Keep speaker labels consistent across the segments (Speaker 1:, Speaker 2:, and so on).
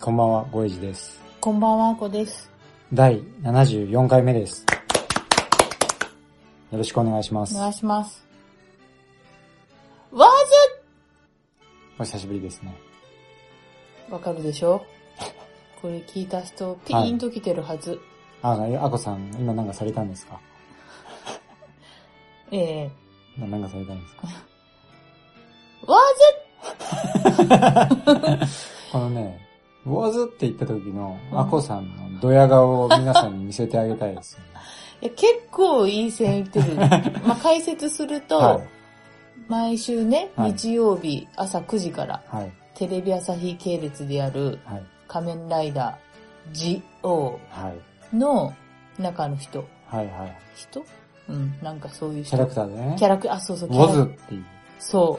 Speaker 1: こんばんは、ごえじです。
Speaker 2: こんばんはあこです
Speaker 1: 第74回目です。よろしくお願いします。
Speaker 2: いしますわざ
Speaker 1: お久しぶりですね。
Speaker 2: わかるでしょこれ聞いた人ピ
Speaker 1: ーン
Speaker 2: と来てるはず、
Speaker 1: あ、えあこさん、今なんかされたんですか
Speaker 2: ええ
Speaker 1: ななんかされたんですか
Speaker 2: わ
Speaker 1: このね、ウォーズって言った時の
Speaker 2: うん
Speaker 1: あこさんのドヤ顔を皆さんに見せてあげたい ですよね。
Speaker 2: ざ結構いい線いって るまあ解説すると
Speaker 1: はい。
Speaker 2: 毎週ね、
Speaker 1: はい
Speaker 2: 日曜日朝9時から
Speaker 1: はい。
Speaker 2: テレビ朝日系列でやる
Speaker 1: はい。
Speaker 2: 仮面ライダージオ
Speaker 1: はい。
Speaker 2: の中の人。
Speaker 1: はい。はい。
Speaker 2: 人うん、なんかそういう
Speaker 1: キャラ
Speaker 2: 人。
Speaker 1: クターでね。
Speaker 2: キャラクター、あ、そうそう、
Speaker 1: ウ
Speaker 2: キャ
Speaker 1: ォ
Speaker 2: ラ
Speaker 1: ズっていう。
Speaker 2: そ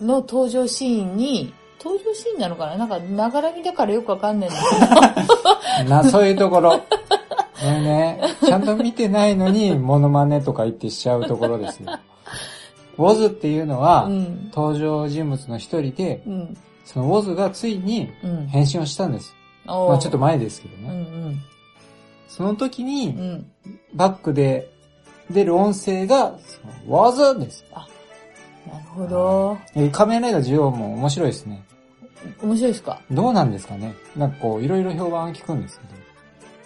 Speaker 2: う。の登場シーンに、登場シーンなのかななんか、ながらみだからよくわかんないんだけど。
Speaker 1: な、そういうところ。これね、ちゃんと見てないのに、モノマネとか言ってしちゃうところですよ。ウォズっていうの は、
Speaker 2: うん。
Speaker 1: 登場人物の一人で、
Speaker 2: うん。
Speaker 1: そのウォズがついに
Speaker 2: うん。
Speaker 1: 変身をしたんです。
Speaker 2: おー
Speaker 1: まあちょっと前ですけど
Speaker 2: うん
Speaker 1: ね。
Speaker 2: うん。
Speaker 1: その時
Speaker 2: う
Speaker 1: に、
Speaker 2: ん。
Speaker 1: バックで出る音声が、そのウォズです。
Speaker 2: なるほど。
Speaker 1: え仮面ライダージオも面白いですね。
Speaker 2: 面白いですか
Speaker 1: どうなんですかねなんかこう、いろいろ評判聞くんですけ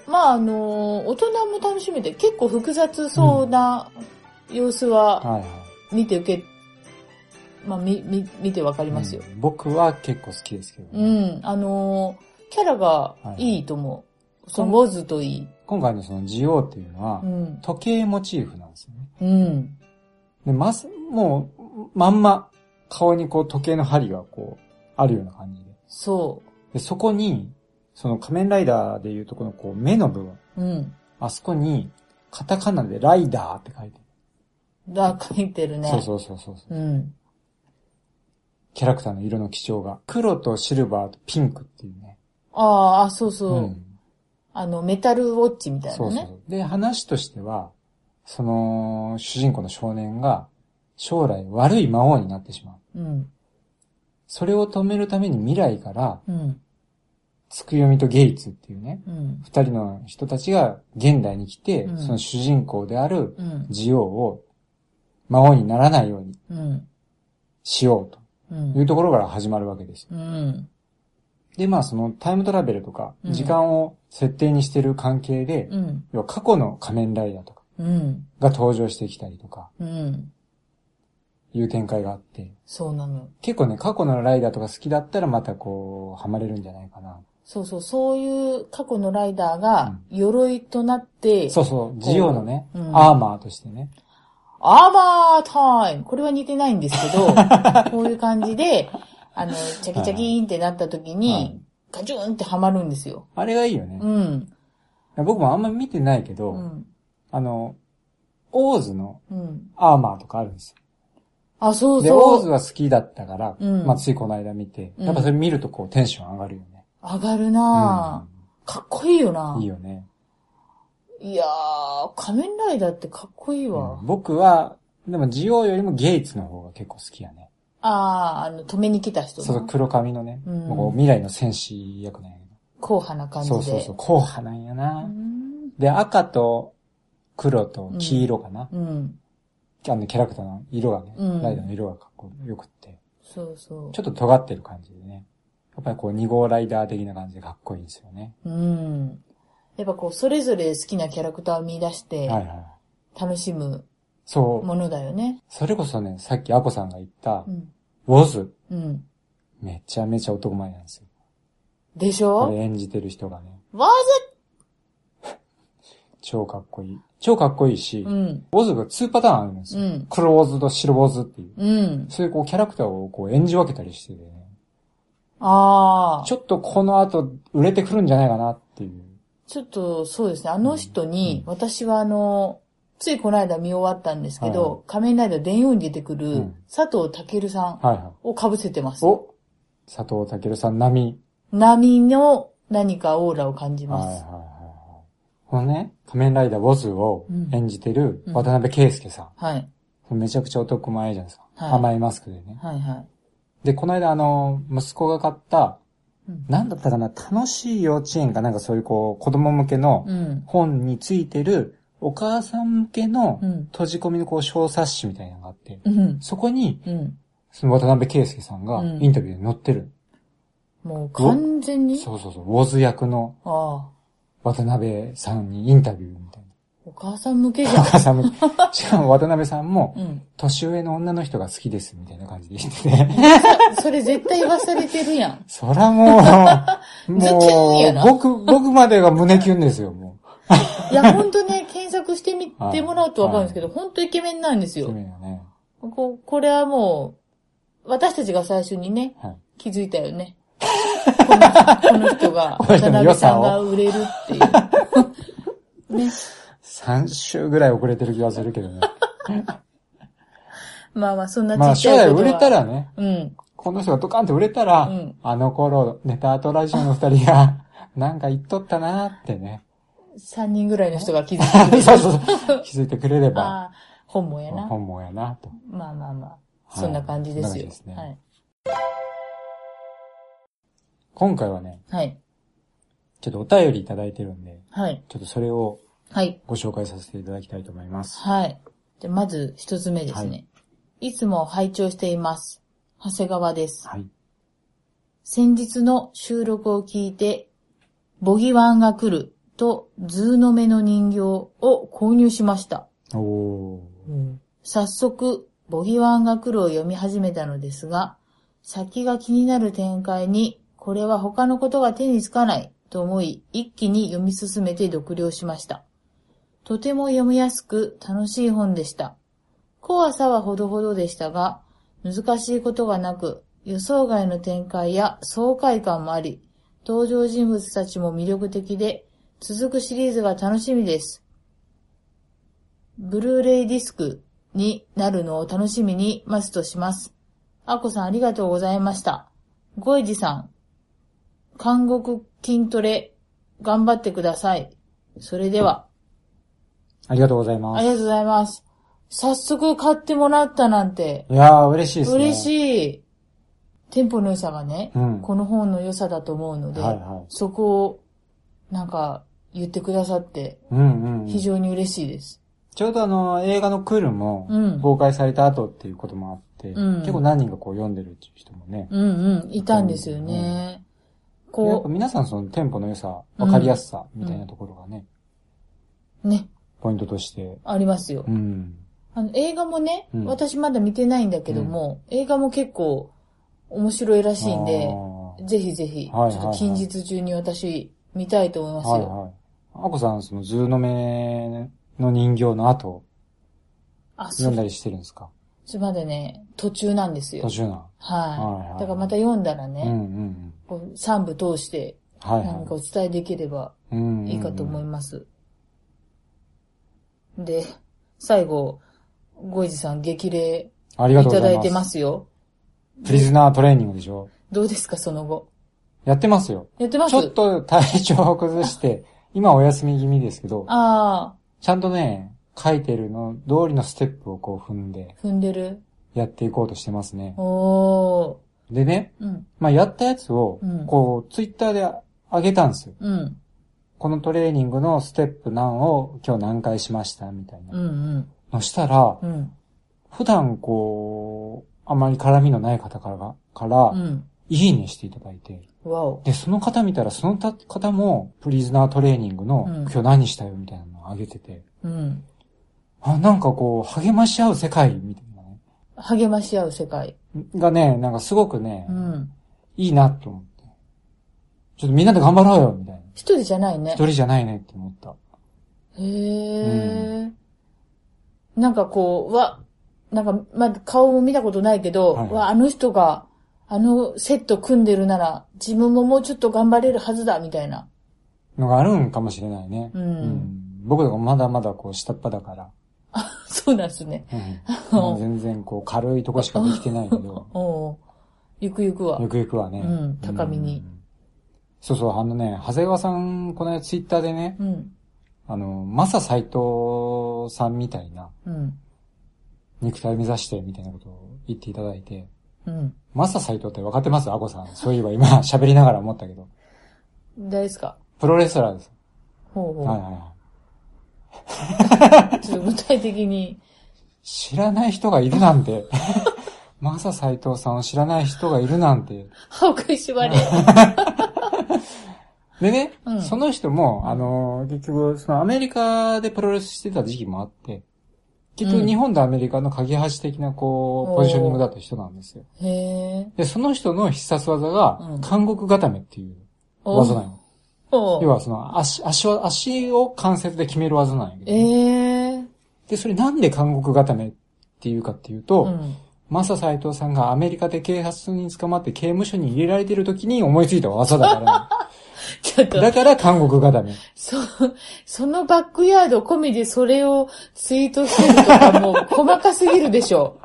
Speaker 1: ど。
Speaker 2: まああの大人も楽しめて、結構複雑そうな様子は
Speaker 1: はいは
Speaker 2: 見て受け、まあ見、見、見てわか
Speaker 1: い。
Speaker 2: りますよ。
Speaker 1: うん僕は結構好きですけど
Speaker 2: う
Speaker 1: ね、
Speaker 2: ん、あのーキャラがいいと思う。その、ウォズといい。
Speaker 1: 今回のそのジオっていうのは
Speaker 2: う、ん。
Speaker 1: 時計モチーフなんですよね。
Speaker 2: うん。
Speaker 1: で、まさ、もう、まんま、顔にこう時計の針がこう、あるような感じで。
Speaker 2: そ
Speaker 1: で、そこに、その仮面ライダーでいうとこのこう目の部分、
Speaker 2: う。うん。
Speaker 1: あそこに、カタカナでライダーって書いて
Speaker 2: だ、書いてる
Speaker 1: る。
Speaker 2: ね。
Speaker 1: そうそうそうそうそう。
Speaker 2: うん。
Speaker 1: キャラクターの色の基調が、黒とシルバーとピンクっていうね。
Speaker 2: あーあ、そうそう。
Speaker 1: ん。
Speaker 2: あの、メタルウォッチみたい
Speaker 1: そ
Speaker 2: な
Speaker 1: うそう
Speaker 2: ね。
Speaker 1: そう。で、話としては、その、主人公の少年が、将来悪い魔王になってしまう。
Speaker 2: うん。
Speaker 1: それを止めるために未来から、
Speaker 2: うん。
Speaker 1: つくよみとゲイツっていうね、
Speaker 2: うん。
Speaker 1: 二人の人たちが現代に来て、
Speaker 2: うん
Speaker 1: その主人公である
Speaker 2: うん。
Speaker 1: ジオウを魔王にならないように
Speaker 2: うん。
Speaker 1: しようと
Speaker 2: う。
Speaker 1: いうんところから始まるわけですよ。
Speaker 2: うん。
Speaker 1: で、まあそのタイムトラベルとか、
Speaker 2: うん
Speaker 1: 時間を設定にしてる関係で、
Speaker 2: うん。
Speaker 1: 要は過去の仮面ライダーとか
Speaker 2: うん。
Speaker 1: が登場してきたりとか、
Speaker 2: うん。
Speaker 1: いう展開があって、
Speaker 2: そうなのよ。
Speaker 1: 結構ね、過去のライダーとか好きだったらまたこう、ハマれるんじゃないかな。
Speaker 2: そうそう、そういう過去のライダーが、鎧となって、
Speaker 1: そうそう、ジオウのね、
Speaker 2: うん
Speaker 1: アーマーとしてね。
Speaker 2: アーバータイムこれは似てないんですけ ど、こういう感じで、あの、チャキチャキーンってなった時
Speaker 1: は
Speaker 2: に
Speaker 1: い、
Speaker 2: ガチューンってハマるんですよ。
Speaker 1: あれがいいよね。
Speaker 2: うん。
Speaker 1: 僕もあんま見てないけど、
Speaker 2: うん。
Speaker 1: あの、オーズの
Speaker 2: うん。
Speaker 1: アーマーとかあるんです
Speaker 2: あ、そ
Speaker 1: よ。
Speaker 2: う
Speaker 1: で、オーズ
Speaker 2: そう。
Speaker 1: は好きだったから、
Speaker 2: うん
Speaker 1: まあついこの間見て、
Speaker 2: うん
Speaker 1: やっぱそれ見るとこうテンション上がるよね。
Speaker 2: 上がるなぁ、かっこいいよな
Speaker 1: うん
Speaker 2: ぁ
Speaker 1: いいよね。
Speaker 2: いやー、仮面ライダーってかっこいいわ。
Speaker 1: うん僕は、でもジオウよりもゲイツの方が結構好きやね。
Speaker 2: あー、あの、止めに来た人
Speaker 1: そ
Speaker 2: な
Speaker 1: の黒髪のね、
Speaker 2: うん
Speaker 1: もう未来の戦士役なんやけ
Speaker 2: 硬派な感
Speaker 1: ど。
Speaker 2: じで。
Speaker 1: そうそうそう、硬派なんやな、
Speaker 2: うん。
Speaker 1: で、赤と黒と黄色かな。
Speaker 2: うん。
Speaker 1: あのキャラクターの色がね、
Speaker 2: うん
Speaker 1: ライダーの色がかっこよくって、
Speaker 2: そうそう
Speaker 1: ちょっと尖ってる感じでね。やっぱりこう2号ライダー的な感じでかっこいいんですよね。
Speaker 2: うん。やっぱこう、それぞれ好きなキャラクターを見出して、
Speaker 1: はいはい。
Speaker 2: 楽しむ
Speaker 1: そう。
Speaker 2: ものだよね。
Speaker 1: それこそね、さっきアコさんが言った
Speaker 2: う、ん。
Speaker 1: ウォズ。
Speaker 2: うん。
Speaker 1: めちゃめちゃ男前なんですよ。
Speaker 2: でし
Speaker 1: こ
Speaker 2: ょ
Speaker 1: れ演じてる人がね、
Speaker 2: わ
Speaker 1: 超かっこいい。超かっこいいし、
Speaker 2: ざう
Speaker 1: ウ
Speaker 2: ん。
Speaker 1: ォズが2パターンあるんです
Speaker 2: う
Speaker 1: よ。
Speaker 2: ん。
Speaker 1: 黒ウォズと白ウォズっていう。
Speaker 2: うん。
Speaker 1: そういうこうキャラクターをこう演じ分けたりしててね。
Speaker 2: あああ。
Speaker 1: ちょっとこの後売れてくるんじゃないかなっていう。
Speaker 2: ちょっと、そうですね。あの人に、
Speaker 1: う
Speaker 2: 私はあの、ついこの間見終わったんですけど、仮面ライダー電用に出てく
Speaker 1: う
Speaker 2: る
Speaker 1: ん
Speaker 2: 佐藤健さん
Speaker 1: はいはい。
Speaker 2: を被せてます。
Speaker 1: お佐藤健さん並み。
Speaker 2: 波の何かオーラを感じ
Speaker 1: はい
Speaker 2: ま
Speaker 1: はいはい
Speaker 2: す。
Speaker 1: はい。このね、仮面ライダーウォズを演じてる
Speaker 2: うん
Speaker 1: 渡辺圭介さ
Speaker 2: はい。
Speaker 1: ん。めちゃくちゃ男前じゃないですか。
Speaker 2: はい
Speaker 1: 甘いマスクでね。
Speaker 2: はいはい。
Speaker 1: で、この間あの、息子が買った、
Speaker 2: うん
Speaker 1: なんだったかな、楽しい幼稚園かなんかそういうこう、子供向けの
Speaker 2: うん。
Speaker 1: 本についてる、お母さん向けの
Speaker 2: うん。
Speaker 1: 閉じ込みのこう、小冊子みたいなのがあって、
Speaker 2: うん。
Speaker 1: そこに、
Speaker 2: うん。
Speaker 1: その渡辺圭介さんが
Speaker 2: うん
Speaker 1: インタビューに載ってる。
Speaker 2: もう完全に、
Speaker 1: そうそうそう、ウォズ役の
Speaker 2: ああ、
Speaker 1: 渡辺さんにインタビューみたいな。
Speaker 2: お母さん向けじ
Speaker 1: お
Speaker 2: ゃん。
Speaker 1: 母さん も、しかも渡辺さんも、
Speaker 2: うん。
Speaker 1: 年上の女の人が好きですみたいな感じで言ってね。
Speaker 2: それ絶対言わされてるや ん。
Speaker 1: そ らもう、
Speaker 2: ズキュン
Speaker 1: も
Speaker 2: や
Speaker 1: う
Speaker 2: な、
Speaker 1: 僕、僕までが胸キュンですよ、もう。
Speaker 2: いや、ほんとね、検索してみてもらうとわかるんですけど、ほんとイケメンなんです
Speaker 1: イケ
Speaker 2: よ。
Speaker 1: メンよね。
Speaker 2: ここれはもう、私たちが最初にね、
Speaker 1: はい。
Speaker 2: 気づいたよね。このこの人が、
Speaker 1: この人
Speaker 2: 渡
Speaker 1: の
Speaker 2: 辺さ
Speaker 1: 良さ
Speaker 2: ん
Speaker 1: を
Speaker 2: が売れるっていう。 ね。
Speaker 1: 3週ぐらい遅れてる気がするけ どね。
Speaker 2: まあまあ、そんな
Speaker 1: まあ、
Speaker 2: ちっ
Speaker 1: 将
Speaker 2: ちゃ
Speaker 1: 来
Speaker 2: いこと
Speaker 1: 売
Speaker 2: は。
Speaker 1: れた。らね、
Speaker 2: うん。
Speaker 1: この人がドカンと売れたら、
Speaker 2: うん
Speaker 1: あの頃、ネタアトラジオの二人が、 なんか言っとったなーってね。
Speaker 2: 3人ぐらいの人が気づいてく
Speaker 1: そ
Speaker 2: れ
Speaker 1: う
Speaker 2: る。
Speaker 1: そうそう。気づいてくれれば、
Speaker 2: ああ、本望やな。
Speaker 1: 本望やなと。
Speaker 2: まあまあまあ。
Speaker 1: はい
Speaker 2: そんな感じですよ
Speaker 1: そん。な
Speaker 2: は
Speaker 1: 感
Speaker 2: い。
Speaker 1: 今回はね、
Speaker 2: はい。
Speaker 1: ちょっとお便りいただいてるんで、
Speaker 2: はい。
Speaker 1: ちょっとそれを
Speaker 2: はい。
Speaker 1: ご紹介させていただきたいと思います。
Speaker 2: はい。じゃあまず一つ目ですね。、
Speaker 1: はい
Speaker 2: つも拝聴しています。長谷川です。
Speaker 1: はい。
Speaker 2: 先日の収録を聞いて、ボギワンが来ると、ズーの目の人形を購入しました。
Speaker 1: おお
Speaker 2: 早速、ボギワンが来るを読み始めたのですが、先が気になる展開に、これは他のことが手につかないと思い、一気に読み進めて読了しました。とても読みやすく楽しい本でした。怖さはほどほどでしたが、難しいことがなく、予想外の展開や爽快感もあり、登場人物たちも魅力的で、続くシリーズが楽しみです。ブルーレイディスクになるのを楽しみに待つとします。あこさんありがとうございました。ごえじさん、監獄筋トレ、頑張ってください。それでは、
Speaker 1: ありがとうございま
Speaker 2: ありが
Speaker 1: す。
Speaker 2: とうございます。早速買ってもらったなんて、
Speaker 1: いやー、嬉しいですね。
Speaker 2: 嬉
Speaker 1: い。
Speaker 2: しい。テンポの良さがね、
Speaker 1: うん
Speaker 2: この本の良さだと思うので、
Speaker 1: はいはい
Speaker 2: そこを、なんか、言ってくださって、
Speaker 1: うんうんうん。
Speaker 2: 非常に嬉しいです。
Speaker 1: ちょうどあの、映画のクールも
Speaker 2: うん、
Speaker 1: 公開された後っていうこともあって、
Speaker 2: うん
Speaker 1: 結構何人かこう読んでるっていう人もね、
Speaker 2: うんうん、いたんですよね。
Speaker 1: でやっぱ
Speaker 2: こ
Speaker 1: 皆さんそのテンポの良さ、わかりやすさみたいなところがね、
Speaker 2: う、ね、
Speaker 1: ポイントとして、
Speaker 2: ありますよ
Speaker 1: う。ん。
Speaker 2: あの映画もね、
Speaker 1: うん
Speaker 2: 私まだ見てないんだけども、映画も結構面白いらしいんで
Speaker 1: あ、ー
Speaker 2: ぜひぜひ、ちょ
Speaker 1: はいはいはい
Speaker 2: っと近日中に私見たいと思いますよ。
Speaker 1: はいはい。あこさん、その、ズーの目の人形の後、
Speaker 2: あ、そ
Speaker 1: 読んだ
Speaker 2: う。
Speaker 1: りしてるんですか
Speaker 2: ちょまだね、途中なんですよ
Speaker 1: 途。中な。
Speaker 2: はい
Speaker 1: はいはい
Speaker 2: だからまた読んだら
Speaker 1: うんう
Speaker 2: ね、
Speaker 1: んうん。
Speaker 2: こう3部通して
Speaker 1: はい
Speaker 2: 何かお
Speaker 1: は
Speaker 2: 伝えできれば
Speaker 1: い。うんうんうん
Speaker 2: いいかと思います。で、最後、ゴイジさん激励
Speaker 1: ありが
Speaker 2: い
Speaker 1: とうご
Speaker 2: た
Speaker 1: ざ
Speaker 2: だ
Speaker 1: い
Speaker 2: い
Speaker 1: ま
Speaker 2: て
Speaker 1: す。
Speaker 2: ますよ。
Speaker 1: プリズナートレーニングでしょ
Speaker 2: どうですか、その後。
Speaker 1: やってますよ。
Speaker 2: やってます
Speaker 1: ちょっと体調を 崩して、今お休み気味ですけど、
Speaker 2: あ
Speaker 1: ちゃんとね、書いてるの通りのステップをこう踏んで
Speaker 2: あ、踏んでる。
Speaker 1: やっていこうとしてますね。
Speaker 2: おー。
Speaker 1: でね、
Speaker 2: うん、
Speaker 1: まあやったやつを
Speaker 2: うん、
Speaker 1: こう、ツイッターで上げたんですよ。
Speaker 2: うん、
Speaker 1: このトレーニングのステップ何を今日何回しましたみたい
Speaker 2: うん、う
Speaker 1: な。
Speaker 2: ん、
Speaker 1: のしたら、
Speaker 2: うん、
Speaker 1: 普段こう、あまり絡みのない方から、から
Speaker 2: う、ん。
Speaker 1: いいねしていただいて、
Speaker 2: わお。
Speaker 1: で、その方見たら、そのた方も、プリズナートレーニングの、
Speaker 2: うん
Speaker 1: 今日何したよみたいなのをあげてて、
Speaker 2: うん。
Speaker 1: あ、なんかこう、励まし合う世界みたいなね。
Speaker 2: 励まし合う世界。
Speaker 1: がね、なんかすごくね、
Speaker 2: うん。
Speaker 1: いいなと思って。ちょっとみんなで頑張ろうよみたいな。
Speaker 2: 一人じゃないね
Speaker 1: 一。人じゃないねって思った。
Speaker 2: へえ。なんかこう、わ、なんか、まあ、顔も見たことないけど、
Speaker 1: はい
Speaker 2: わ、あの人が、あのセット組んでるなら、自分ももうちょっと頑張れるはずだ、みたいな。
Speaker 1: のがあるんかもしれないね。
Speaker 2: うん
Speaker 1: 僕とかまだまだこう下っ端だから、
Speaker 2: そうなんですね。
Speaker 1: うん、もう全然こう軽いとこしかできてないけ ど、
Speaker 2: おうゆくゆくは
Speaker 1: ゆ。くゆくはね。
Speaker 2: うん高みに
Speaker 1: うん。そうそう、あのね、長谷川さん、この間ツイッターでね、
Speaker 2: うん。
Speaker 1: あの、マサ斎藤さんみたいな
Speaker 2: うん。
Speaker 1: 肉体目指してみたいなことを言っていただいて、
Speaker 2: うん。
Speaker 1: マサ斎藤って分かってますアコさん。そういえば 今喋りながら思ったけど。
Speaker 2: 誰ですか
Speaker 1: プロレスラーです。
Speaker 2: ほうほう。
Speaker 1: はいはいはい。
Speaker 2: ちょっと具体的に。
Speaker 1: 知らない人がいるなんて。 マサ斎藤さんを知らない人がいるなんて。
Speaker 2: 歯を食いしばれ。
Speaker 1: でね、
Speaker 2: うん
Speaker 1: その人も、あの、結局、そのアメリカでプロレスしてた時期もあって、結
Speaker 2: う
Speaker 1: 局
Speaker 2: ん
Speaker 1: 日本とアメリカの鍵橋的な、こ
Speaker 2: おー
Speaker 1: う、ポジショニングだった人なんですよ。
Speaker 2: へえ。
Speaker 1: で、その人の必殺技
Speaker 2: う
Speaker 1: が
Speaker 2: ん、
Speaker 1: 韓国固めっていう
Speaker 2: お
Speaker 1: 技なの。
Speaker 2: お
Speaker 1: 要はその足、足を、足を関節で決める技なんやけ
Speaker 2: え
Speaker 1: ど、
Speaker 2: え
Speaker 1: で、それなんで韓国固めっていうかっていうと、
Speaker 2: うん。
Speaker 1: マサ斎藤さんがアメリカで警察に捕まって刑務所に入れられてる時に思いついた技だ か
Speaker 2: ちょっと
Speaker 1: ら。、だから韓国固め。
Speaker 2: そ、そのバックヤード込みでそれをツイートしてるとかもう細かすぎるでしょ。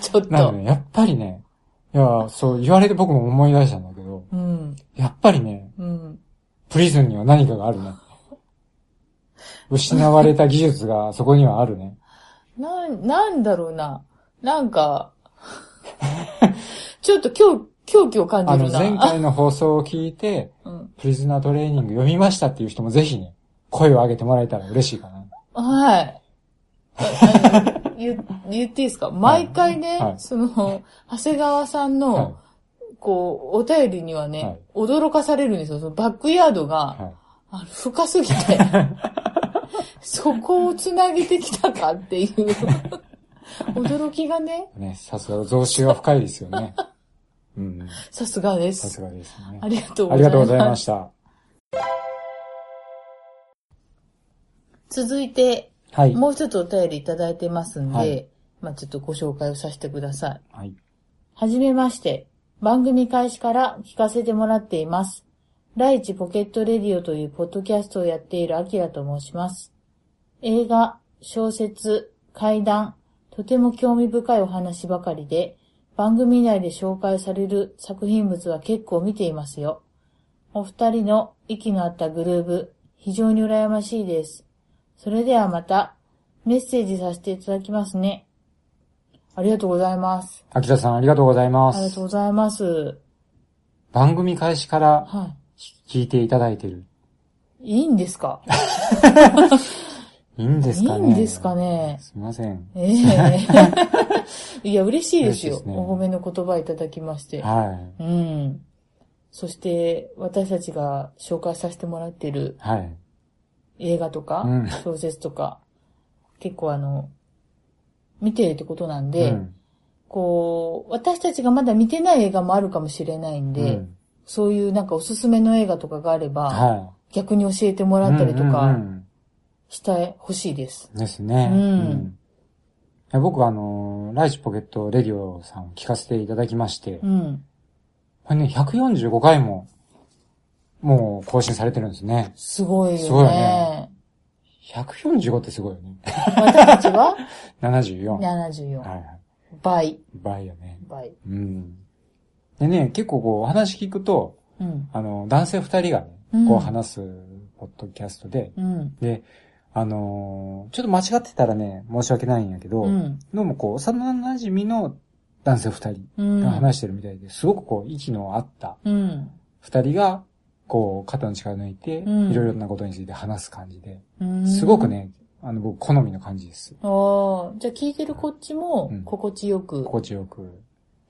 Speaker 2: ちょっ
Speaker 1: なの
Speaker 2: と。
Speaker 1: で、やっぱりね、いや、そう言われて僕も思い出したんだけど、
Speaker 2: うん。
Speaker 1: やっぱりね、
Speaker 2: うん。
Speaker 1: プリズンには何かがあるね。失われた技術がそこにはあるね。
Speaker 2: なん、なんだろうな。なんか、ちょっと狂、狂気を感
Speaker 1: あ
Speaker 2: じ
Speaker 1: の、
Speaker 2: る な。
Speaker 1: 前回の放送を聞いて、
Speaker 2: うん、
Speaker 1: プリズナートレーニング読みましたっていう人もぜひね、声を上げてもらえたら嬉しいかな。
Speaker 2: はい。ああの言 言っていいですか毎回ね、
Speaker 1: はい
Speaker 2: その、長谷川さんの、
Speaker 1: は
Speaker 2: こう、お便りにはね、
Speaker 1: はい
Speaker 2: 驚かされるんですよ。そのバックヤードが、
Speaker 1: い。はい。
Speaker 2: あの深すぎ て、そこをつなげてきたかっていう、 驚きがね、
Speaker 1: ね、さすが、増収は深いですよ ね。うん、
Speaker 2: さすがで
Speaker 1: さす
Speaker 2: す。
Speaker 1: がですね
Speaker 2: あ。りがとうご
Speaker 1: あり
Speaker 2: ざ
Speaker 1: が
Speaker 2: い
Speaker 1: とう
Speaker 2: ま
Speaker 1: ご
Speaker 2: す。
Speaker 1: ざいました。
Speaker 2: 続いて、
Speaker 1: はい。
Speaker 2: もう一つお便りいただいてますんで、
Speaker 1: はい
Speaker 2: まあちょっとご紹介をさせてください。
Speaker 1: はい。
Speaker 2: はじめまして。番組開始から聞かせてもらっています。第一ポケットレディオというポッドキャストをやっているアキラと申します。映画、小説、怪談、とても興味深いお話ばかりで、番組内で紹介される作品物は結構見ていますよ。お二人の息の合ったグルーブ、非常に羨ましいです。それではまた、メッセージさせていただきますね。ありがとうございます。
Speaker 1: 秋田さんありがとうございま
Speaker 2: ありがとう
Speaker 1: す。
Speaker 2: ございます。
Speaker 1: 番組開始から
Speaker 2: は
Speaker 1: 聞いていただいてる。
Speaker 2: い。いいんですか
Speaker 1: いいんですかね
Speaker 2: いいんですかね
Speaker 1: すいません。
Speaker 2: ええ いや、嬉しいですよ
Speaker 1: 嬉しいですね
Speaker 2: お褒めの言葉いただきまして。
Speaker 1: はい。
Speaker 2: うん。そして、私たちが紹介させてもらってる
Speaker 1: はい。
Speaker 2: 映画とか、
Speaker 1: うん
Speaker 2: 小説とか、結構あの、見てるってことなんで、
Speaker 1: うん
Speaker 2: こう、私たちがまだ見てない映画もあるかもしれないんで、
Speaker 1: うん
Speaker 2: そういうなんかおすすめの映画とかがあれば、
Speaker 1: は
Speaker 2: 逆に教えても
Speaker 1: い。
Speaker 2: らったりと
Speaker 1: うん
Speaker 2: か
Speaker 1: うんうん
Speaker 2: してほしいです。
Speaker 1: ですね。
Speaker 2: うん
Speaker 1: うんいや僕あのー、ライチポケットレディオさんを聞かせていただきまして、
Speaker 2: うん
Speaker 1: これね、145回も、もう更新されてるんですね。
Speaker 2: すごい
Speaker 1: すごい
Speaker 2: よ
Speaker 1: よ
Speaker 2: ね
Speaker 1: ね。145ってすごいよね。
Speaker 2: 私たちは
Speaker 1: 74。はい
Speaker 2: 74。
Speaker 1: はい。
Speaker 2: 倍。
Speaker 1: 倍よね。
Speaker 2: 倍。
Speaker 1: うん。でね、結構こう、お話聞くと、
Speaker 2: うん。
Speaker 1: あの、男性二人がね
Speaker 2: うん、
Speaker 1: こう話す、ポッドキャストで、
Speaker 2: うん。
Speaker 1: で、あのーちょっと間違ってたらね、申し訳ないんやけど、
Speaker 2: うん。
Speaker 1: どうもこう、幼馴染みの男性二人
Speaker 2: うん。
Speaker 1: が話してるみたいで、すごくこう、息の合った
Speaker 2: うん。
Speaker 1: 二人が、こう、肩の力を抜いて、
Speaker 2: うん
Speaker 1: いろいろなことについて話す感じで、
Speaker 2: うん。
Speaker 1: すごく。ね、あの、僕、好みの感じです。
Speaker 2: ああ、じゃあ聞いてるこっちも
Speaker 1: うん
Speaker 2: 心地よく
Speaker 1: 心地よく。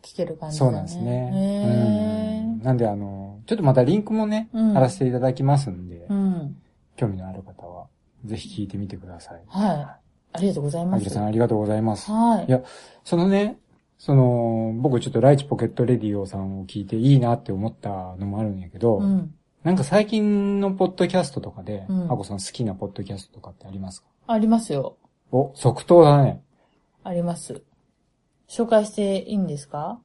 Speaker 2: 聞ける感じだね。
Speaker 1: そうなんですね。うん
Speaker 2: へえ。
Speaker 1: なんで、あの、ちょっとまたリンクもね、
Speaker 2: うん
Speaker 1: 貼らせていただきますんで、
Speaker 2: うん。
Speaker 1: 興味のある方は、ぜひ聞いてみてください。
Speaker 2: はい。ありがとうござい
Speaker 1: ア
Speaker 2: ま
Speaker 1: キラ
Speaker 2: す。
Speaker 1: さん
Speaker 2: は
Speaker 1: ありがとうございます。い
Speaker 2: い。
Speaker 1: や、そのね、その、僕ちょっとライチポケットレディオさんを聞いていいなって思ったのもあるんやけど、
Speaker 2: うん。
Speaker 1: なんか最近のポッドキャストとかで、
Speaker 2: うん
Speaker 1: アコさん好きなポッドキャストとかってありますか
Speaker 2: ありますよ。
Speaker 1: お、即答だね。
Speaker 2: あります。紹介していいんですか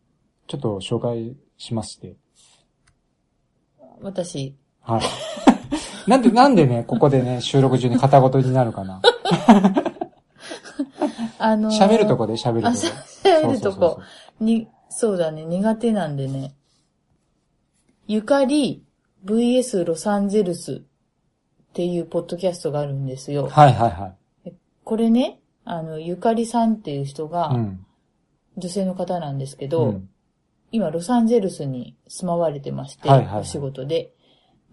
Speaker 1: ちょっと紹介しまして。
Speaker 2: 私。
Speaker 1: はい。 なんで、なんでね、ここでね、収録中に片言になるかな。
Speaker 2: あのー
Speaker 1: 喋るとこで喋ると
Speaker 2: あ、喋る
Speaker 1: こ。そうそう
Speaker 2: と
Speaker 1: そう
Speaker 2: こ。に、そうだね、苦手なんでね。ゆかり VS ロサンゼルスっていうポッドキャストがあるんですよ。
Speaker 1: はいはいは
Speaker 2: これね、あの、ゆかりさんっていう人が、
Speaker 1: い。うん。
Speaker 2: 女性の方なんですけ
Speaker 1: う
Speaker 2: ど、
Speaker 1: ん
Speaker 2: 今ロサンゼルスに住まわれてまして、
Speaker 1: はいはいはい
Speaker 2: お仕事で。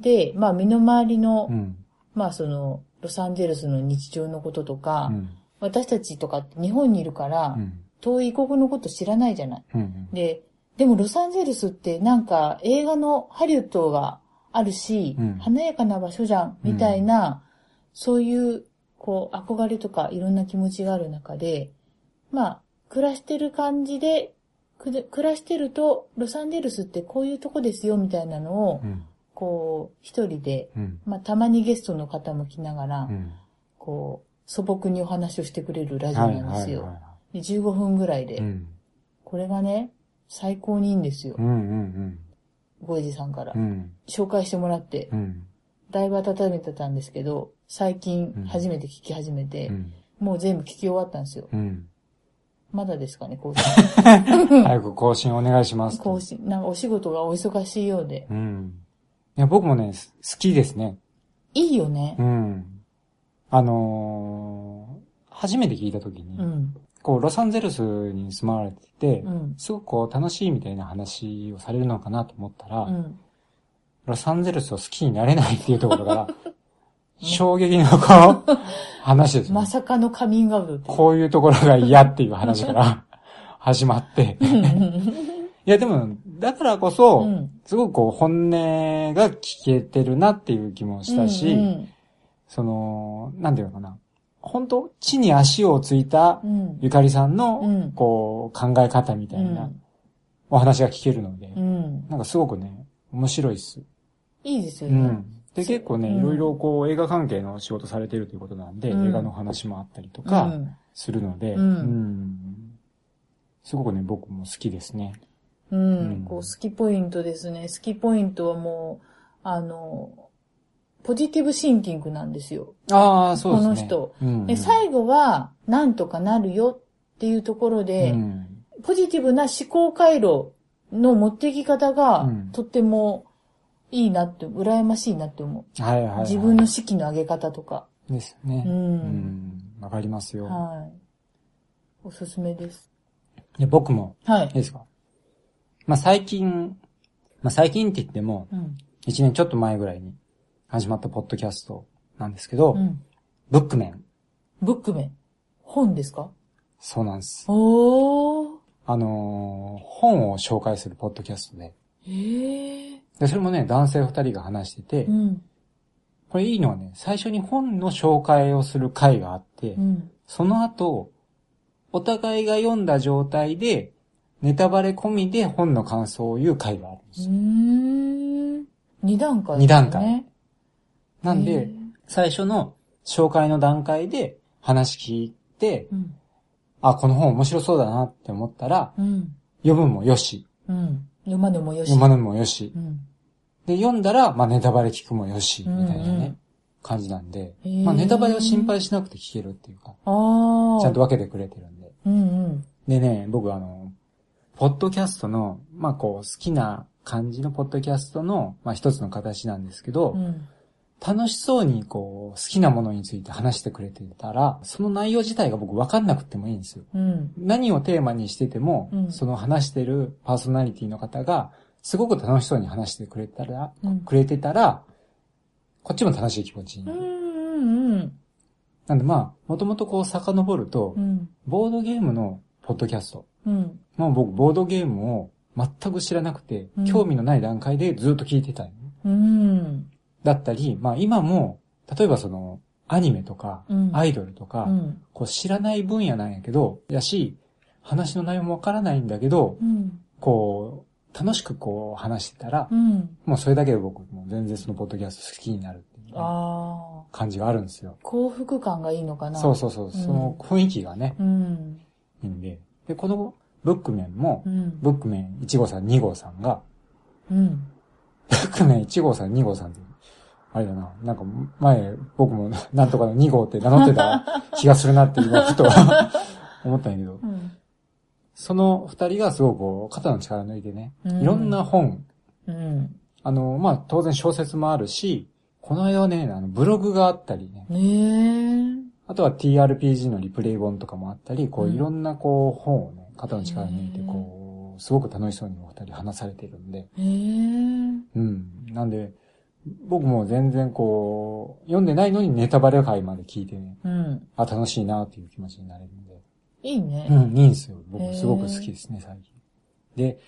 Speaker 2: で、まあ身の回りの、
Speaker 1: うん。
Speaker 2: まあその、ロサンゼルスの日常のこととか、
Speaker 1: うん。
Speaker 2: 私たちとかって日本にいるから、
Speaker 1: うん。
Speaker 2: 遠い異国のこと知らないじゃない。
Speaker 1: うん。
Speaker 2: で、でもロサンゼルスってなんか映画のハリウッドがあるし、
Speaker 1: うん
Speaker 2: 華やかな場所じゃん、みたいな、そういう、こう、憧れとかいろんな気持ちがある中で、まあ、暮らしてる感じで、くで暮らしてると、ロサンゼルスってこういうとこですよ、みたいなのを
Speaker 1: う、ん。
Speaker 2: こう、一人で、
Speaker 1: うん。
Speaker 2: まあ、たまにゲストの方も来ながら
Speaker 1: う、ん。
Speaker 2: こう、素朴にお話をしてくれるラジオ
Speaker 1: はい
Speaker 2: なんで
Speaker 1: は
Speaker 2: す
Speaker 1: い
Speaker 2: よ。
Speaker 1: は
Speaker 2: で15分ぐらい
Speaker 1: い。う
Speaker 2: で。
Speaker 1: ん。
Speaker 2: これがね、最高にいいんですよ
Speaker 1: う。んうん
Speaker 2: ゴイジさんから
Speaker 1: うん。うん。
Speaker 2: 紹介してもらって
Speaker 1: う、ん。
Speaker 2: だいぶ温めてたんですけど、最近
Speaker 1: うん
Speaker 2: 初めて聞き始めて
Speaker 1: う、ん。
Speaker 2: もう全部聞き終わったんですよ。
Speaker 1: うん。
Speaker 2: まだですかね、 更新。
Speaker 1: 早く更新お願いします。
Speaker 2: 更新。なんかお仕事がお忙しいようで。
Speaker 1: うん。いや、僕もね、す好きですね。
Speaker 2: いいよね
Speaker 1: う。ん。あのー初めて聞いたときに、
Speaker 2: うん。
Speaker 1: こう、ロサンゼルスに住まわれてて、
Speaker 2: うん。
Speaker 1: すごくこう、楽しいみたいな話をされるのかなと思ったら、
Speaker 2: うん。
Speaker 1: ロサンゼルスを好きになれないっていうとこ ろから、衝撃のこう、話ですよね、
Speaker 2: まさかのカミングアウトっていう。
Speaker 1: こういうところが嫌っていう話から始まって。いや、でも、だからこそ、
Speaker 2: うん
Speaker 1: すごくこう、本音が聞けてるなっていう気もしたし、
Speaker 2: うん
Speaker 1: その、なんていうのかな。本当地に足をついた
Speaker 2: う、ん。
Speaker 1: ゆかりさんの、
Speaker 2: うん
Speaker 1: こう、考え方みた
Speaker 2: う。
Speaker 1: いなんお話が聞けるので、
Speaker 2: うん。
Speaker 1: なんかすごくね、面白いっす。
Speaker 2: いいです
Speaker 1: う
Speaker 2: よね。
Speaker 1: ん。で、
Speaker 2: そう
Speaker 1: 結構ね、
Speaker 2: うん
Speaker 1: いろいろこう、映画関係の仕事されてるということなんで、
Speaker 2: うん
Speaker 1: 映画の話もあったりと
Speaker 2: う
Speaker 1: か、
Speaker 2: ん。
Speaker 1: するので、
Speaker 2: う
Speaker 1: うんん。すごくね、僕も好きですね。
Speaker 2: う、
Speaker 1: うんん
Speaker 2: こう、好きポイントですね。好きポイントはもう、あの、ポジティブシンキングなんですよ。
Speaker 1: ああ、そうですね。
Speaker 2: こ
Speaker 1: の人。うん、
Speaker 2: で、最後は、なんとかなるよっていうところで、
Speaker 1: うん
Speaker 2: ポジティブな思考回路の持っていき方が、
Speaker 1: うん
Speaker 2: とってもいいなって、羨ましいなって思
Speaker 1: はいはい、
Speaker 2: う。
Speaker 1: はい。
Speaker 2: 自分の式の上げ方とか。
Speaker 1: ですね。
Speaker 2: う
Speaker 1: うんん。わ、かりますよ、
Speaker 2: はい。おすすめです。
Speaker 1: で僕も、
Speaker 2: はい
Speaker 1: いい。ですかまあ、最近、まあ、最近って言っても、
Speaker 2: うん。
Speaker 1: 一年ちょっと前ぐらいに始まったポッドキャストなんですけど、
Speaker 2: うん。
Speaker 1: ブックメン。
Speaker 2: ブックメン。本ですか
Speaker 1: そうなんです。
Speaker 2: おー。
Speaker 1: あのー本を紹介するポッドキャストで。
Speaker 2: ええ
Speaker 1: で、それもね、男性二人が話してて、
Speaker 2: ー。うん。
Speaker 1: これいいのはね、最初に本の紹介をする回があって、
Speaker 2: うん。
Speaker 1: その後、お互いが読んだ状態で、ネタバレ込みで本の感想を言う回があるんで
Speaker 2: う
Speaker 1: す
Speaker 2: ー
Speaker 1: よ。
Speaker 2: ん。二段階、ね。
Speaker 1: 二段階。なん
Speaker 2: へ
Speaker 1: で
Speaker 2: ー、
Speaker 1: 最初の紹介の段階で話聞いて、
Speaker 2: うん。
Speaker 1: あ、この本面白そうだなって思ったら、
Speaker 2: うん。
Speaker 1: 読むもよし、
Speaker 2: うん。読まぬもよし。
Speaker 1: 読まぬもよし
Speaker 2: う。ん。
Speaker 1: で、読んだら、まあネタバレ聞くもよし、みたいなね、
Speaker 2: うんうん
Speaker 1: 感じなんで
Speaker 2: へー、
Speaker 1: まあネタバレを心配しなくて聞けるっていうか、
Speaker 2: ああ。
Speaker 1: ちゃんと。分けてくれてるんで。
Speaker 2: うんうん。
Speaker 1: でね、僕あの、ポッドキャストの、まあこう、好きな感じのポッドキャストの、まあ一つの形なんですけど、
Speaker 2: うん。
Speaker 1: 楽しそうにこう、好きなものについて話してくれてたら、その内容自体が僕分かんなくてもいいんですよ。
Speaker 2: うん。
Speaker 1: 何をテーマにしてても、
Speaker 2: うん
Speaker 1: その話してるパーソナリティの方が、すごく楽しそうに話してくれたら、
Speaker 2: うん
Speaker 1: くれてたら、こっちも楽しい気持ちに
Speaker 2: う
Speaker 1: なる。
Speaker 2: んうん
Speaker 1: なんでまあ、もともとこう遡ると、
Speaker 2: うん。
Speaker 1: ボードゲームのポッドキャスト、
Speaker 2: うん。
Speaker 1: もう僕、ボードゲームを全く知らなくて
Speaker 2: うん、
Speaker 1: 興味のない段階でずっと聞いてたのね、
Speaker 2: うん。
Speaker 1: だったり、まあ今も、例えばその、アニメとか
Speaker 2: うん、
Speaker 1: アイドルとか、
Speaker 2: うん。
Speaker 1: こう知らない分野なんやけど、やし、話の内容もわからないんだけど
Speaker 2: う、ん。
Speaker 1: こう、楽しくこう話してたら
Speaker 2: う、ん。
Speaker 1: もうそれだけで僕、もう全然そのポッドキャスト好きになるっていうね
Speaker 2: ああ。
Speaker 1: 感じがあるんですよ。
Speaker 2: 幸福感がいいのかな
Speaker 1: そうそうそう、
Speaker 2: ん
Speaker 1: その雰囲気がね、
Speaker 2: う。うん。
Speaker 1: いいんで。で、このブックメンも
Speaker 2: う、ん。
Speaker 1: ブックメン1号さん2号さんが、
Speaker 2: うん。
Speaker 1: ブックメン1号さん2号さんって、あれだな、なんか前僕もなんとかの2号って名乗ってた気がするなって今ふと 思ったんやけど、
Speaker 2: うん。
Speaker 1: その二人がすごくこう肩の力抜いてね、
Speaker 2: うん
Speaker 1: いろんな本、
Speaker 2: うん。
Speaker 1: あの、まあ、当然小説もあるし、この間はね、あの、ブログがあったりね、
Speaker 2: ね
Speaker 1: あとは TRPG のリプレイ本とかもあったり、こ
Speaker 2: う
Speaker 1: う、
Speaker 2: ん
Speaker 1: いろんなこう、本をね、肩の力抜いて、
Speaker 2: へー
Speaker 1: こう、すごく楽しそうにお二人話されてるんで、
Speaker 2: え。ねえ。
Speaker 1: うん。なんで、僕も全然こう、読んでないのにネタバレ会まで聞いてね、
Speaker 2: うん。
Speaker 1: あ、楽しいなっていう気持ちになれるんで、
Speaker 2: いいね。
Speaker 1: うん、いいんですよ。
Speaker 2: へー
Speaker 1: 僕すごく好きですね、最近。で、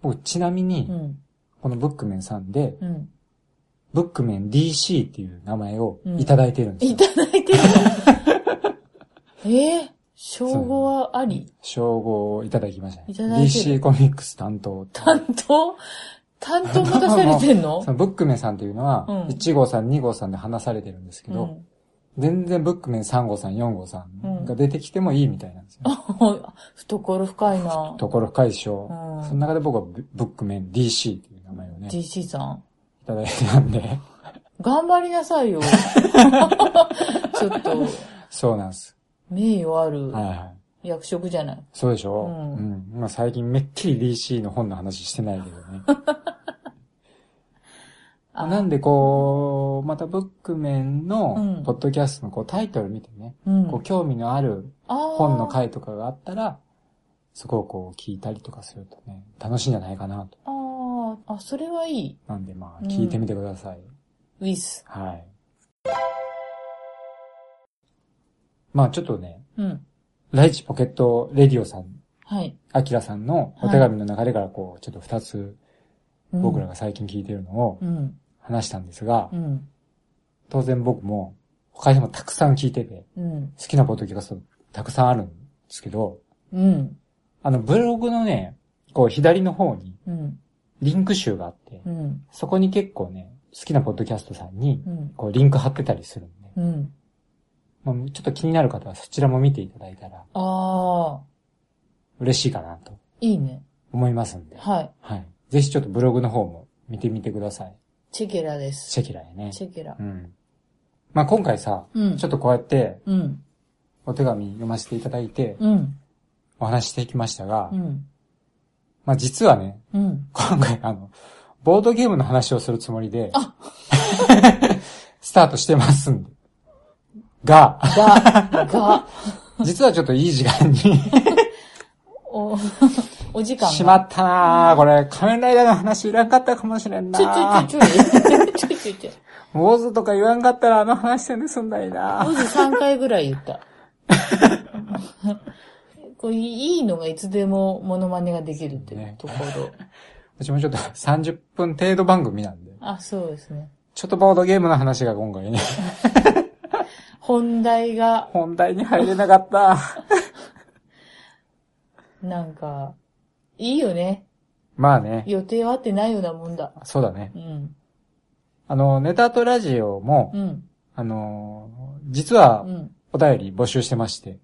Speaker 1: 僕ちなみに
Speaker 2: う、ん。
Speaker 1: このブックメンさんで、
Speaker 2: うん。
Speaker 1: ブックメン DC っていう名前をいただいてるんです
Speaker 2: い
Speaker 1: よ。
Speaker 2: ただいてる えー、称号はあり
Speaker 1: 称号をいただきましたね。
Speaker 2: いただいてる
Speaker 1: DC コミックス担当っていう
Speaker 2: 担当担当任されてんの
Speaker 1: そのブックメンさんっていうのは、
Speaker 2: うん
Speaker 1: 1号さん、2号さんで話されてるんですけ
Speaker 2: う
Speaker 1: ど、
Speaker 2: ん。
Speaker 1: 全然ブックメン3号さん、4号さ
Speaker 2: うん
Speaker 1: んが出てきてもいいみたいなんですよ。
Speaker 2: 懐深いな。
Speaker 1: ところ解消、
Speaker 2: うん
Speaker 1: その中で僕はブブックメン DC っていう名前をね、い
Speaker 2: DC さん。
Speaker 1: ただいてたんで、
Speaker 2: 頑張りなさ いよ。ちょっと、
Speaker 1: そうなんです。
Speaker 2: 名誉あ
Speaker 1: はい
Speaker 2: る
Speaker 1: はい。
Speaker 2: 役職じゃない。
Speaker 1: そうでしょ
Speaker 2: うん
Speaker 1: うん。まあ最近めっきり DC の本の話してないけどね。
Speaker 2: あ
Speaker 1: なんでこう、またブックメン
Speaker 2: うん
Speaker 1: の、ポッドキャストのこうタイトル見てね、
Speaker 2: うん
Speaker 1: こう興味のある
Speaker 2: 本
Speaker 1: 本の回とかがあったら、そこをこう聞いたりとかするとね、楽しいんじゃないかなと。
Speaker 2: あーあ、それはいい。
Speaker 1: なんでまあ
Speaker 2: うん
Speaker 1: 聞いてみてください。
Speaker 2: ウィス。
Speaker 1: はい。まあちょっとね、
Speaker 2: うん。
Speaker 1: ライチポケットレディオさん、
Speaker 2: はい。
Speaker 1: アキラさんのお手紙の流れからこう、ちょっと二つ
Speaker 2: うん
Speaker 1: 僕ら。が最近聞いてるのを
Speaker 2: うん。
Speaker 1: 話したんですが
Speaker 2: う、ん。
Speaker 1: 当然僕も他にもたくさん聞いてて、
Speaker 2: うん。
Speaker 1: 好きなポッドキャストたくさんあるんですけど、
Speaker 2: うん。
Speaker 1: あのブログのね、こう左の方に
Speaker 2: うん。
Speaker 1: リンク集があって、
Speaker 2: うん。
Speaker 1: そこに結構ね、好きなポッドキャストさんに
Speaker 2: うん。
Speaker 1: こうリンク貼ってたりするんで、
Speaker 2: うん。
Speaker 1: まあ、ちょっと気になる方はそちらも見ていただいたら
Speaker 2: ああ、
Speaker 1: 嬉しいかなと
Speaker 2: いいね。
Speaker 1: 思いますんで、
Speaker 2: はい。
Speaker 1: はい。ぜひちょっとブログの方も見てみてください。
Speaker 2: チェケラです。
Speaker 1: チェキラやね。
Speaker 2: チェケラ
Speaker 1: う。ん。まあ今回さ、
Speaker 2: うん
Speaker 1: ちょっとこうやって
Speaker 2: うん。
Speaker 1: お手紙読ませていただいて
Speaker 2: うん。
Speaker 1: お話ししてきましたが、
Speaker 2: うん。
Speaker 1: まあ実はね、
Speaker 2: うん。
Speaker 1: 今回、あの、ボードゲームの話をするつもりで、スタートしてますんで。が、
Speaker 2: が、が、
Speaker 1: 実はちょっといい時間に、
Speaker 2: お、 お時間が。
Speaker 1: しまったなぁ。これ、仮面ライダーの話いらんかったかもしれんな
Speaker 2: ちょ
Speaker 1: ぁ。
Speaker 2: ちょちょい。ちょいちょいちょい。
Speaker 1: ウォーズとか言わんかったらあの話せんで済んだりな
Speaker 2: 当
Speaker 1: ぁ。
Speaker 2: 時3回ぐらい言った。 こういいのがいつでもモノマネができるっていうところ。
Speaker 1: うちもちょっと30分程度番組なんで、
Speaker 2: あ、そうですね。
Speaker 1: ちょっとボードゲームの話が今回ね、
Speaker 2: 本題が、
Speaker 1: 本題に入れなかった。
Speaker 2: なんか、いいよね。
Speaker 1: まあね、
Speaker 2: 予定は合ってないようなもんだ。
Speaker 1: そうだね。
Speaker 2: うん。
Speaker 1: あの、ネタとラジオも、
Speaker 2: うん。
Speaker 1: あの、実は
Speaker 2: うん。
Speaker 1: お便り募集してまして、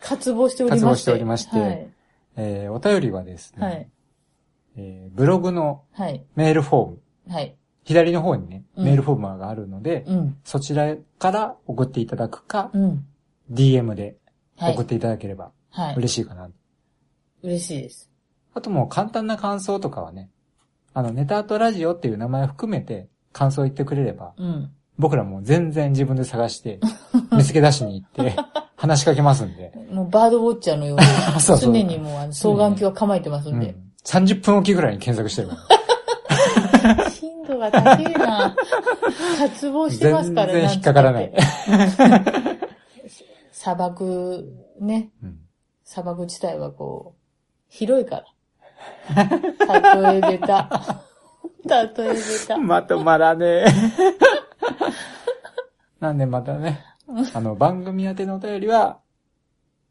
Speaker 2: 渇望しておりまして。
Speaker 1: 渇望しておりまして
Speaker 2: はい。
Speaker 1: えーお便りはですね、
Speaker 2: はい。
Speaker 1: えーブログの
Speaker 2: はい。
Speaker 1: メールフォーム、
Speaker 2: はい。
Speaker 1: 左の方にね、
Speaker 2: うん
Speaker 1: メールフォームがあるので、
Speaker 2: うん。
Speaker 1: そちらから送っていただくか、
Speaker 2: うん。
Speaker 1: DM で
Speaker 2: はい
Speaker 1: 送っ。ていただければ
Speaker 2: はい。
Speaker 1: 嬉しいかな。
Speaker 2: 嬉しいです。
Speaker 1: あともう簡単な感想とかはね、あの、ネタとラジオっていう名前を含めて感想を言ってくれれば、
Speaker 2: うん。
Speaker 1: 僕らもう全然自分で 探して、見つけ出しに行って、話しかけますんで。
Speaker 2: もうバードウォッチャーのように、
Speaker 1: そうそう
Speaker 2: 常にもうあの双眼鏡は構えてます
Speaker 1: うん
Speaker 2: で。
Speaker 1: ん、30分おきぐらいに検索してる から。
Speaker 2: 頻度が高いな。 渇望してますから
Speaker 1: 全然引っかからない
Speaker 2: んつったって。 砂漠、ね、
Speaker 1: うん
Speaker 2: 砂漠地帯はこう、広 いから。例えべた。例えべ た。
Speaker 1: まとまらねえ。 なんでまたね、あの、番組宛てのお便りは、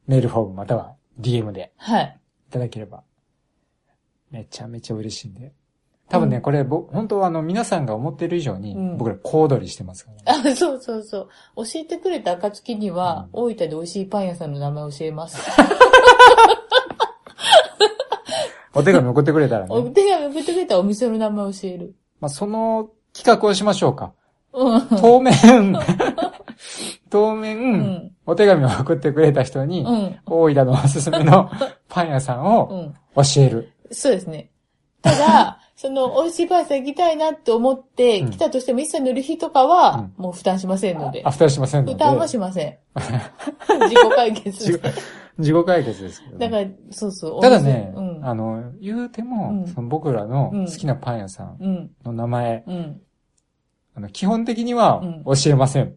Speaker 1: メールフォームまたは DM で
Speaker 2: はい。
Speaker 1: いただければ、めちゃめちゃ嬉しいんで、多分ね、これ、ぼ本当はあの、皆さんが思ってる以上に
Speaker 2: う、ん
Speaker 1: 僕ら小躍りしてますからね。
Speaker 2: あ、 そうそうそう。教えてくれた暁には、大分で美味しいパン屋さんの名前教えます。
Speaker 1: お手紙送ってくれたら
Speaker 2: お
Speaker 1: ね。
Speaker 2: 手紙送ってくれたお店の名前教える。
Speaker 1: まあ、その企画をしましょうか。
Speaker 2: うん。
Speaker 1: 当 面、当面、
Speaker 2: うん。
Speaker 1: お手紙を送ってくれた人に、
Speaker 2: うん。
Speaker 1: 大分のおすすめのパン屋さ
Speaker 2: う
Speaker 1: んを
Speaker 2: ん。
Speaker 1: 教える。
Speaker 2: そうですね。た だ、その、美味しいパン屋さん行きたいなって思って、
Speaker 1: うん
Speaker 2: 来たとしても一切の旅費とかは、もう負担しませんので
Speaker 1: あ、。二人しませんので。
Speaker 2: 負担はしませ ん。自己解決。
Speaker 1: 自己自己解決ですけどね、
Speaker 2: だから、そうそう。
Speaker 1: ただね、
Speaker 2: うん。
Speaker 1: あの、言うても、
Speaker 2: うん
Speaker 1: その僕らの
Speaker 2: うん
Speaker 1: 好きなパン屋さん
Speaker 2: うん。
Speaker 1: の名前、
Speaker 2: うん。
Speaker 1: あの基本的には
Speaker 2: うん
Speaker 1: 教えません。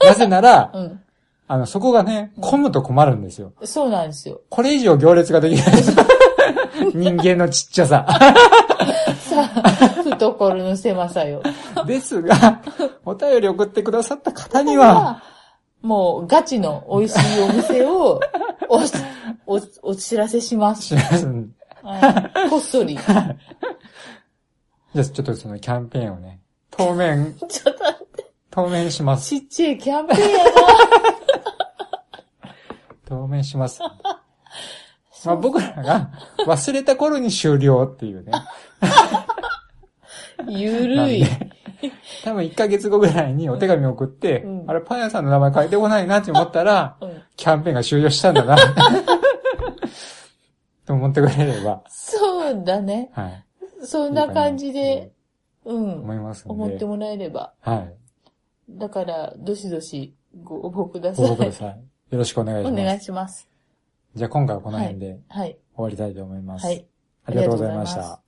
Speaker 1: なぜなら、
Speaker 2: うん。
Speaker 1: あの、そこがね、
Speaker 2: うん
Speaker 1: 混むと困るんですよ。
Speaker 2: そうなんです よ。
Speaker 1: これ以上行列ができない。人間のちっちゃさ。
Speaker 2: さあ、懐の狭さよ。
Speaker 1: ですが、お便り送ってくださった方に
Speaker 2: ま
Speaker 1: は、
Speaker 2: あもう、ガチの美味しいお店をおし、お、お知らせします。
Speaker 1: 知らずに
Speaker 2: はいこっそり。ちょっ
Speaker 1: じゃあちょっとそのキャンペーンをね、当面、
Speaker 2: と待って、
Speaker 1: 当面します。
Speaker 2: ちっちゃいキャンペーンやな。
Speaker 1: 当面 します。まあ僕らが忘れた頃に終了っ ていうね。
Speaker 2: ゆるい。
Speaker 1: なん 多分1ヶ月後ぐらいにお手紙を送って、
Speaker 2: うん
Speaker 1: あれパン屋さんの名前変えてこないなって思ったら、
Speaker 2: うん
Speaker 1: キャンペーンが終了したんだな。 と思ってくれれば、
Speaker 2: そうだね。
Speaker 1: はい。
Speaker 2: そんな感じで、う
Speaker 1: うん、
Speaker 2: ん。
Speaker 1: 思いますので。
Speaker 2: 思ってもらえれば。
Speaker 1: はい。
Speaker 2: だから、どしどしご応募くださ
Speaker 1: ご応募くだ
Speaker 2: い。
Speaker 1: さい。よろしくお願いし
Speaker 2: お
Speaker 1: ま
Speaker 2: 願
Speaker 1: す。
Speaker 2: いします。
Speaker 1: じゃあ今回はこの辺で終
Speaker 2: はい。
Speaker 1: わりたいと思います。
Speaker 2: はい。
Speaker 1: ありがとうございまし
Speaker 2: ありがとうござい
Speaker 1: た
Speaker 2: ます。